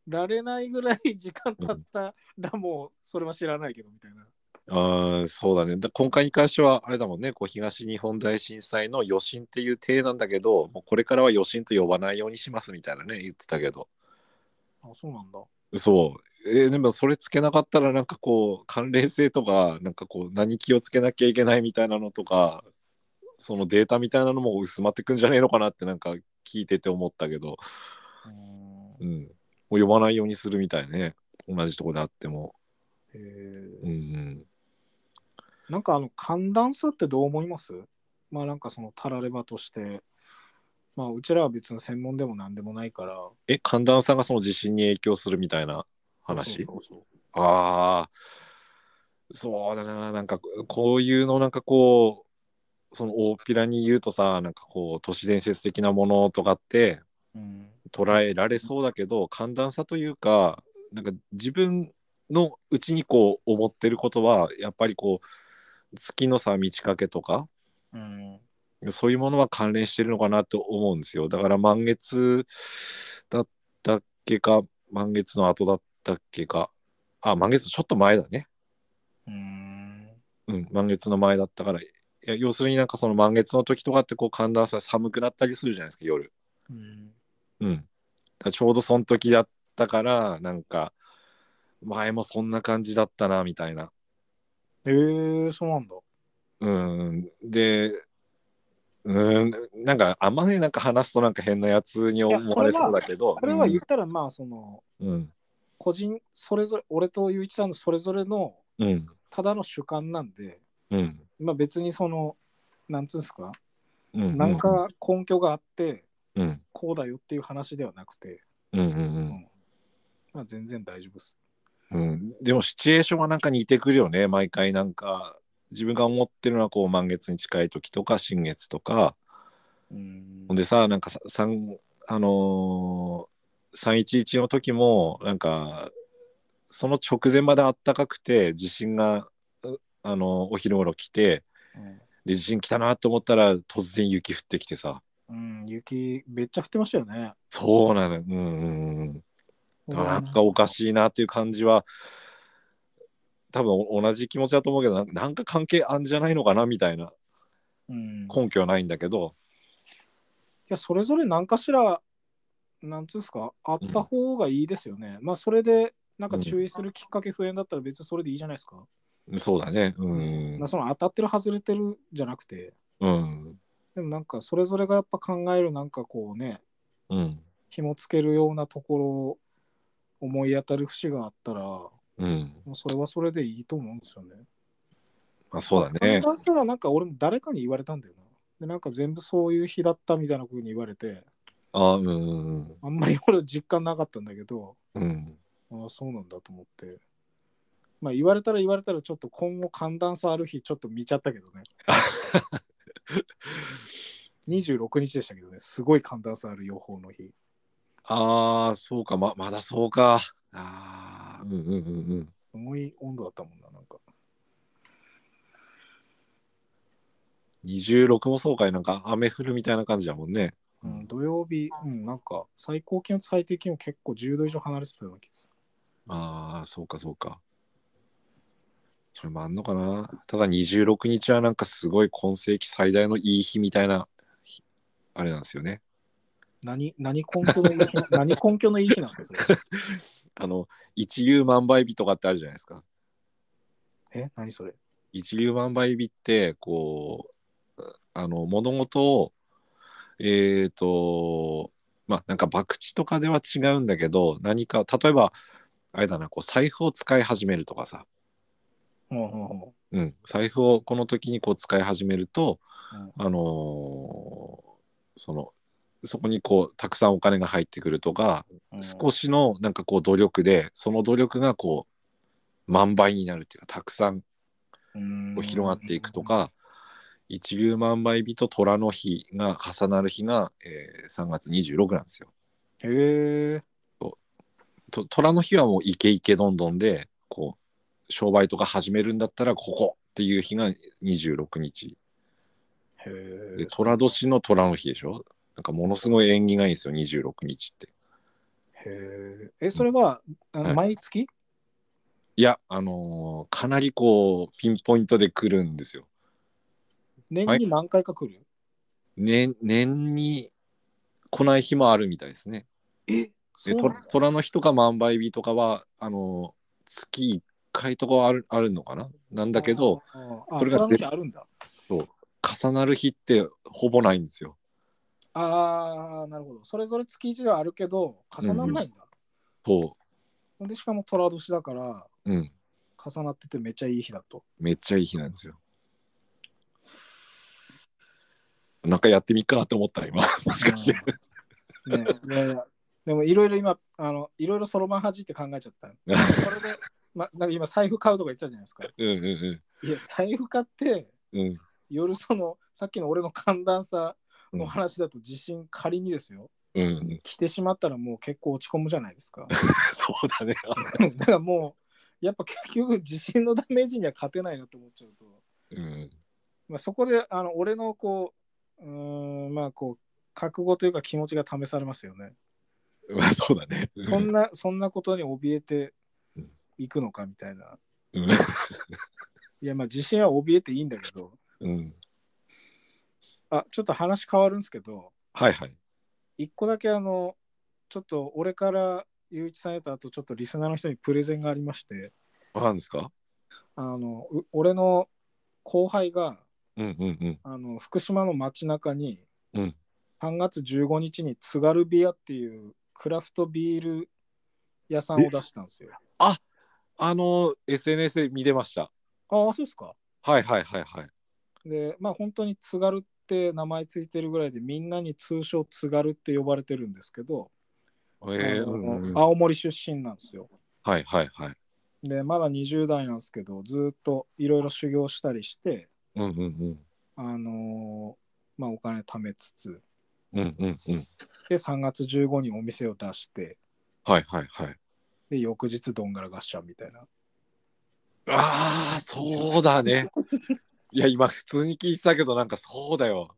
られないぐらい時間経ったらもうそれは知らないけどみたいな、ああそうだねだ今回に関してはあれだもんねこう東日本大震災の余震っていう体なんだけどもうこれからは余震と呼ばないようにしますみたいなね言ってたけどあそうなんだそう、えーでもそれつけなかったらなんかこう関連性とかなんかこう何気をつけなきゃいけないみたいなのとかそのデータみたいなのも薄まってくんじゃねえのかなってなんか聞いてて思ったけど、うんうん、もう呼ばないようにするみたいね同じとこであっても、へーうんうん、なんかあの寒暖差ってどう思いますまあなんかそのたらればとしてまあうちらは別に専門でも何でもないからえ寒暖差がその地震に影響するみたいな話そうそうそうああ、そうだな、なんかこういうの、なんかこう、その大っぴらに言うとさ、なんかこう、都市伝説的なものとかってうん捉えられそうだけど、寒暖差というか、なんか自分のうちにこう思ってることは、やっぱりこう、月のさ、満ち欠けとか、うんそういうものは関連してるのかなと思うんですよ。だから満月だったっけか、満月の後だったっけか、あ、満月のちょっと前だね。うーんうん、満月の前だったから、いや要するになんかその満月の時とかってこう寒暖差寒くなったりするじゃないですか、夜。うんうん。だからちょうどその時だったから、なんか、前もそんな感じだったな、みたいな。えー、そうなんだ。うん。で、うん、なんかあんまね、なんか話すとなんか変なやつに思われそうだけど。これは言ったら、まあ、その、うん。個人、それぞれ、俺とゆういちさんのそれぞれの、うん。ただの主観なんで、うん。まあ別にその、なんつうんですか、うん。なんか根拠があって、うん。こうだよっていう話ではなくて、うん。うん。うん。まあ全然大丈夫です。うん、でもシチュエーションはなんか似てくるよね毎回なんか自分が思ってるのはこう満月に近い時とか新月とかうんほんでさなんかささんあのー、311の時もなんかその直前まであったかくて地震がうあのーお昼頃来てで地震来たなと思ったら突然雪降ってきてさうん、雪めっちゃ降ってましたよね。そうなのうんうんうんだからなんかおかい。しいなっていう感じは多分お同じ気持ちだと思うけどななんか関係あんじゃないのかなみたいなうん、い根拠はないんだけどやそれぞれ何かしらなんつうんですかあった方がいいですよね。まあそれでなんか注意するきっかけ不縁だったら別にそれでいいじゃないですか。そうだねうんまあその当たってる外れてるじゃなくてうんでもなんかそれぞれがやっぱ考えるなんかこうねうん紐つけるようなところを思い当たる節があったらもうんうそれはそれでいいと思うんですよね。まあそうだこれねに関してはなんか俺も誰かに言われたんだよな。でなんか全部そういう日だったみたいな風に言われてあうんうんあんまり俺実感なかったんだけどうんああそうなんだと思って。まあ言われたら言われたらちょっと今後寒暖差ある日ちょっと見ちゃったけ [laughs] どね。26日でしたけどね、すごい寒暖差ある予報の日。ああそうかままだそうかああうんうんうんうんすごい温度だったもんな、なんか。 26もそうかいなんか雨降るみたいな感じだもんねうん、土曜日、うん、なんか最高気温と最低気温結構10度以上離れてたような気がすああ、そうかそうか。それもあんのかな。ただ26日はなんかすごい今世紀最大のいい日みたいな、ひあれなんですよね。る。何、何根拠のいい日、 [laughs] 何根拠のいい日なんですか、それ。あの、一粒万倍日とかってあるじゃないですか。え、何それ。一粒万倍日って、こう、あの、物事を、えっ、と、まあなんか博打とかでは違うんだけど、何か、例えば、あれだな、こう財布を使い始めるとかさ、うんうんうん。うん、財布をこの時にこう使い始めると、うんあのーそのそこにこうたくさんお金が入ってくるとか、うん少しのなんかこう努力でその努力がこう万倍になるっていうかたくさんこう広がっていくと。か、一粒万倍日と虎の日が重なる日が、えー3月26なんですよ。うんへえ。と虎の日はもうイケイケどんどんでこう商売とか始めるんだったらここっていう日が26日へえで。虎年の虎の日でしょなんかものすごい縁起がいいんですよ26日って。へえ。え、それは、あはのい毎月、いや、あのーかなりこう、ピンポイントで来るんですよ。年に何回か来る、年、年に来ない日もあるみたいですね。えそで、うとなんだ虎の日とか万倍日とかは、あのー月1回とかはある、あるのかななんだけど、、あーあーそれがトラの日あるんだ。重なる日ってほぼないんですよ。ああ、なるほど。それぞれ月1はあるけど、重ならないんだ。そで、しかも虎年だから、う。うん。重なっててめっちゃいい日だ [laughs] と。めっちゃいい日なんですよ。なんかやってみっかなって思った、今。もしかして。うんねいやいやでもいろいろ今、あのいろいろそろばん恥じって考えちゃった。それで、ま、なんか今財布買うとか言ってたじゃないですか。うんうんいや、財布買って、うん。うん。夜その、さっきの俺の寒暖差うんの話だと地震仮にですよ、うんうん。来てしまったらもう結構落ち込むじゃないですか。 [laughs] [laughs] そうだね。だからもう、やっぱ結局地震のダメージには勝てないなと思っちゃうと、うん。まあ、そこであの俺のこう、うーん、まあこう、覚悟というか気持ちが試されますよね。まあそうだね。うんそんな、そんなことに怯えていくのかみたいな。うんいや、まあ自信は怯えていいんだけど、うん。あ、ちょっと話変わるんですけど、はいはい。一個だけあの、ちょっと俺からゆういちさんへとあとちょっとリスナーの人にプレゼンがありまして、なんですかあの、う俺の後輩が、うんうんうん。あの、福島の街中に、うん3月15日に津軽ビアっていうクラフトビール屋さんを出したんですよ。あの、SNS で見てました。ああ、そうですか。はいはいはいはい。でまあ本当に津軽って名前ついてるぐらいでみんなに通称津軽って呼ばれてるんですけど、えー、あのうんうん青森出身なんですよはいはいはい。でまだ20代なんですけどずっといろいろ修行したりしてうんうんあのーまあお金貯めつつうん。うんうんうん。で3月15にお店を出してはいはいはい。で翌日どんがら合唱みたいなああ、そうだね。いや、今普通に聞いてたけど、なんかそうだよ。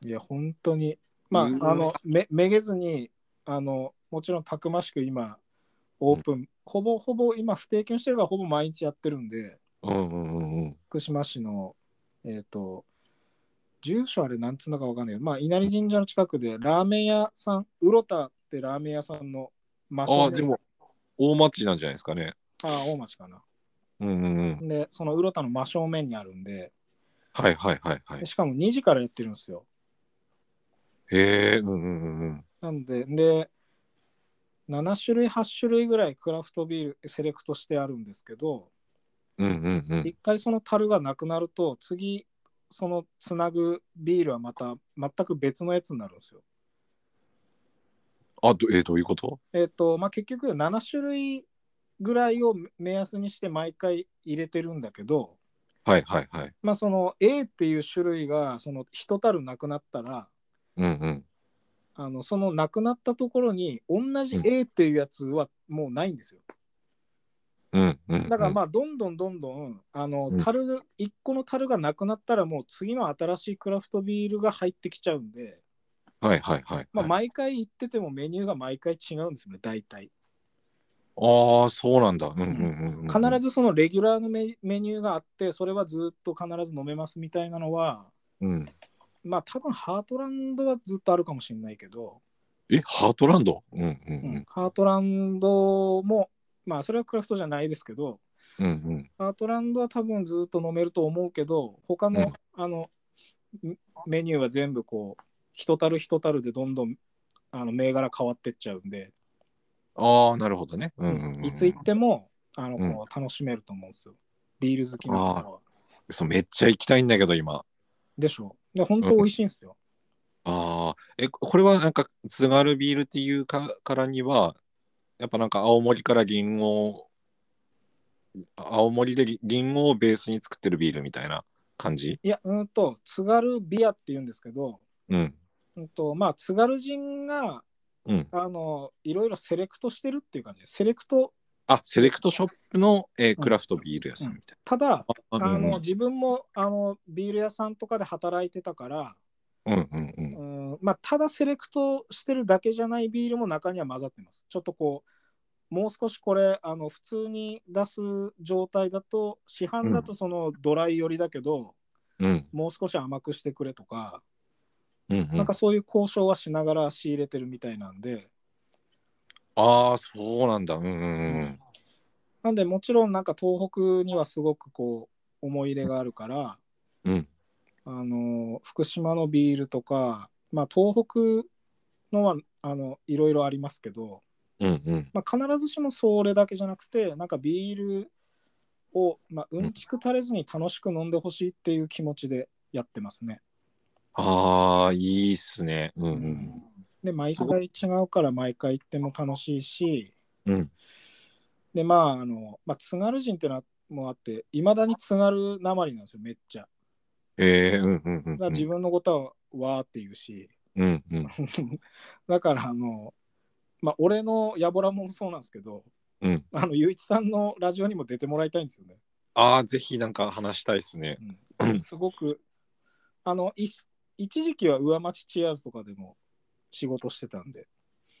いや、本当に。まあ、うんあの、め、めげずに、あの、もちろんたくましく今、オープン、ほぼほぼ今、不定休してるから、ほぼ毎日やってるんで、うんうんうんうん。福島市の、えっ、と、住所あれなんつうのかわかんないけど、まあ、稲荷神社の近くで、ラーメン屋さん、うろたってラーメン屋さんの真正あ面あ、でも、大町なんじゃないですかね。ああ、大町かな。うんうんうん。で、そのうろたの真正面にあるんで、はいはいはいはいで。しかも2時からやってるんですよ。へえ、うんうんうんうん。なんで、で、7種類、8種類ぐらいクラフトビールセレクトしてあるんですけど、うんうんうん。一回その樽がなくなると、次、そのつなぐビールはまた全く別のやつになるんですよ。あ、どえーどういうことえっ、と、まあ、結局7種類ぐらいを目安にして毎回入れてるんだけど、はいはいはい。まあ、その A っていう種類が、その一樽なくなったら、うんうん。あのそのなくなったところに同じうん A っていうやつはもうないんですよ。うんうん、うん。だからまあどんどんどんどんあのうん樽が1個の樽がなくなったらもう次の新しいクラフトビールが入ってきちゃうんで、あ。はいはいはい、はい。まあ、毎回行っててもメニューが毎回違うんですよね大体。ああ、そうなんだ。うんうんうんうん。必ずそのレギュラーのメメニューがあってそれはずっと必ず飲めますみたいなのはうん。まあ多分ハートランドはずっとあるかもしれないけど、え、ハートランドうんうんうん。ハートランドもまあそれはクラフトじゃないですけどうんうん。ハートランドは多分ずっと飲めると思うけど、他の、うんあのメメニューは全部こう、一たる一たるでどんどんあの銘柄変わってっちゃうんで、ああ、なるほどね。うんうん、うん。いつ行ってもあのこう、うん楽しめると思うんですよ。ビール好きな方は。そうめっちゃ行きたいんだけど、今。でしょで、本当美味しいんですよ。ああ。え、これはなんか、津軽ビールっていうかからには、やっぱなんか青森から銀を、青森で銀をベースに作ってるビールみたいな感じいや、うんと、津軽ビアっていうんですけど、うん。うんとまあ、津軽人がうん。あのいろいろセレクトしてるっていう感じで、セレクト、あ、セレクトショップの、えークラフトビール屋さんみたいただ、な。あうんの自分もあのビール屋さんとかで働いてたから、うんうんうん。うんまあ、ただセレクトしてるだけじゃないビールも中には混ざってます。ちょっとこう、もう少しこれ、あの普通に出す状態だと、市販だとそのドライ寄りだけど、うんもう少し甘くしてくれとか、うんうん、なんかそういう交渉はしながら仕入れてるみたいなんで、ああそうなんだうんうんうんなんでもちろんなんか東北にはすごくこう、思い入れがあるから、うんあの福島のビールとか、まあ、東北のはあのいろいろありますけど、うんうんまあ、必ずしもそれだけじゃなくてなんかビールを、まあ、うんちく垂れずに楽しく飲んでほしいっていう気持ちでやってますね。ああいいっすねうんうんで毎回違うから毎回行っても楽しいしうんでまああの、まあ、津軽人っていうのはもあっていまだに津軽なまりなんですよめっちゃ。ええうんうんうんだから自分のことは「わ」って言うし [laughs] うんうんだからあのまあ俺のやぼらもそうなんですけどうんあのゆういちさんのラジオにも出てもらいたいんですよね。ああぜひなんか話したいっすねうんすごく、あの、い一時期は上町チアーズとかでも仕事してたんで、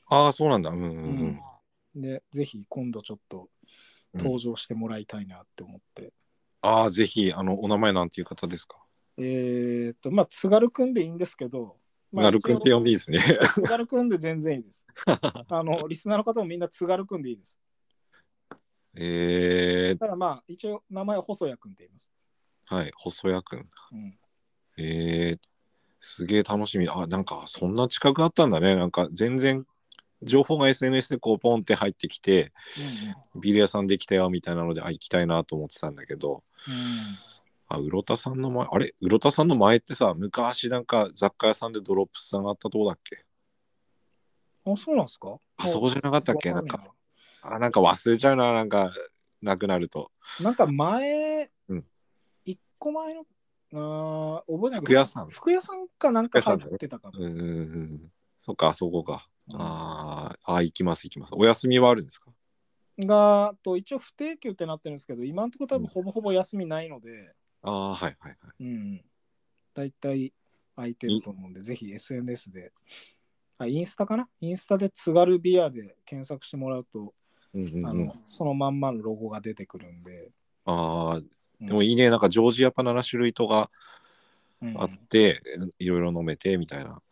ああそうなんだうんうんうんで、ぜひ今度ちょっと登場してもらいたいなって思って。ああぜひあのお名前なんていう方ですかえーっと、まあ、津軽くんでいいんですけど、まあなるくんって呼んでいいですね [laughs] 津軽くんで全然いいです。あの、リスナーの方もみんな津軽くんでいいです。ええただまあ、一応名前は細谷くんって言います。はい細谷くんうん、ええすげえ楽しみあなんかそんな近くあったんだねなんか全然情報が SNS でこうポンって入ってきてビール屋さんできたよみたいなので、あ、行きたいなと思ってたんだけど、あ、うろたさんの前、あれうろたさんの前ってさ、昔なんか雑貨屋さんでドロップスさんがあったとこだっけうんあ、そうなんですかあそこじゃなかったっけわなんんないか、あ、なんか忘れちゃうな、なんか、なくなると。なんか前、うん一個前の、あー覚えてない服屋さん服屋さんかなんか服屋さ入んだねってたかうら。んうんうん。そっか、あそこか。あーあ、行きます行きます。お休みはあるんですかが、と一応不定休ってなってるんですけど、今のところ多分ほぼほぼ休みないので、ああ、はいはいはい。うん。大体空いてると思うんで、ぜひ SNS で、あ、インスタかなインスタで津軽ビアで検索してもらうと、うんうんうんあのそのまんまのロゴが出てくるんで。ああ、うんでもいいね。なんかジョージアパ7種類とかうんあって、いろいろ飲めてみたいな。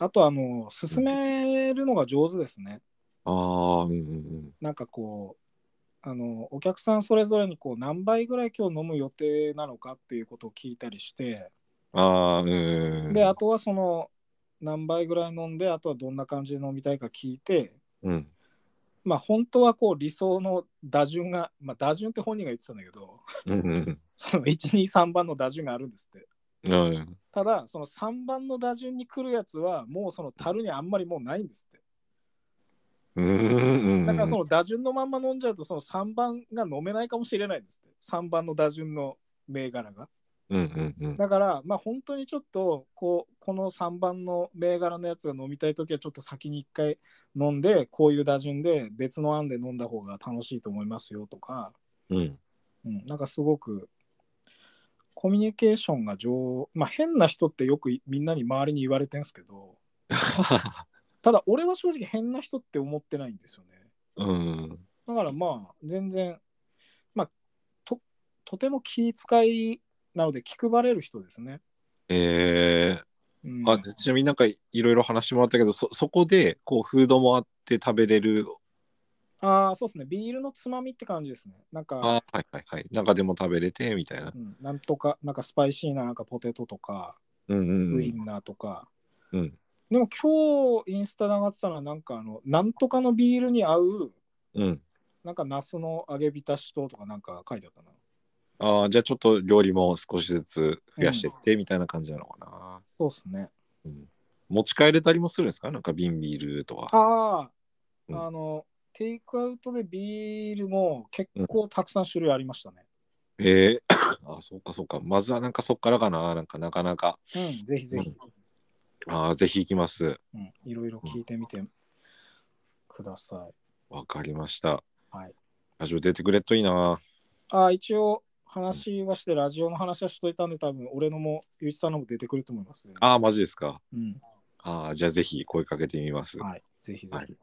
あと、あの、進めるのが上手ですね。ああ、うんうんなんかこう、あの、お客さんそれぞれにこう、何杯ぐらい今日飲む予定なのかっていうことを聞いたりして、うん。ああ、うんうんうん。で、あとはその、何杯ぐらい飲んで、あとはどんな感じで飲みたいか聞いて、うん。まあ、本当はこう、理想の打順が、まあ、打順って本人が言ってたんだけど、 [laughs] うんうんその1、2、3番の打順があるんですって。うん。うんただ、その3番の打順に来るやつは、もうその樽にあんまりもうないんですって。うんうんうん。だからその打順のまんま飲んじゃうと、その3番が飲めないかもしれないんですって。3番の打順の銘柄が。うんうんうん。だから、まあ本当にちょっと、こう、この3番の銘柄のやつが飲みたいときは、ちょっと先に1回飲んで、こういう打順で別の案で飲んだ方が楽しいと思いますよとか、うん。うん、なんかすごく、コミュニケーションが上、まあ変な人ってよくいみんなに周りに言われてんすけど、ただ俺は正直変な人って思ってないんですよね。うん。だからまあ全然まあととても気遣いなので気配れる人ですね。えうんー、あちなみになんかいろいろ話してもらったけどそそこでこうフードもあって食べれるあーそうですねビールのつまみって感じですね。なんあーか、はいはいはい中でも食べれてみたいなうん、なんとかなんかスパイシーななんかポテトとかうんうんうウイんンナーとか。うんでも今日インスタで上がってたのはなんかあのなんとかのビールに合ううんなんかナスの揚げ浸しととかなんか書いてあったな。あーじゃあちょっと料理も少しずつ増やしてってみたいな感じなのかな、そうですね。うん持ち帰れたりもするんですかなんか瓶ビールとかああ、うんあの、テイクアウトでビールも結構たくさん種類ありましたね。えー、 [coughs] あそうかそうかまずはなんかそっからかななんかなかなかうん、ぜひぜひ、あーぜひ行きますうん、いろいろ聞いてみてください。わかりましたはいラジオ出てくれっといいなああ、一応話はして、ラジオの話はしといたんで、多分俺のも、ゆういちさんのも出てくると思います、ね。あーマジですかうん、ああ、じゃあぜひ声かけてみます。ははい、ぜひぜひ。い。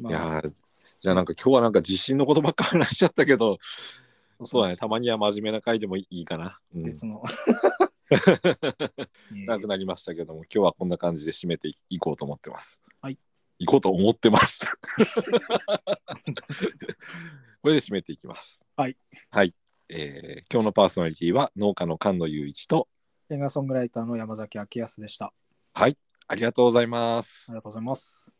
いまあやーじゃあなんか今日はなんか自信のことばっか話しちゃったけど、そうそうだね、たまには真面目な回でもいいかな。うん [laughs] 別の。いえいえ長くなりましたけども、今日はこんな感じで締めていいこうと思ってます。はい。いこうと思って [laughs] ます。これで締めていきます。はい。はい。えー今日のパーソナリティは農家の菅野雄一と、シンガーソングライターの山崎明康でした。あはい、ありがとうございますり。がとうございます。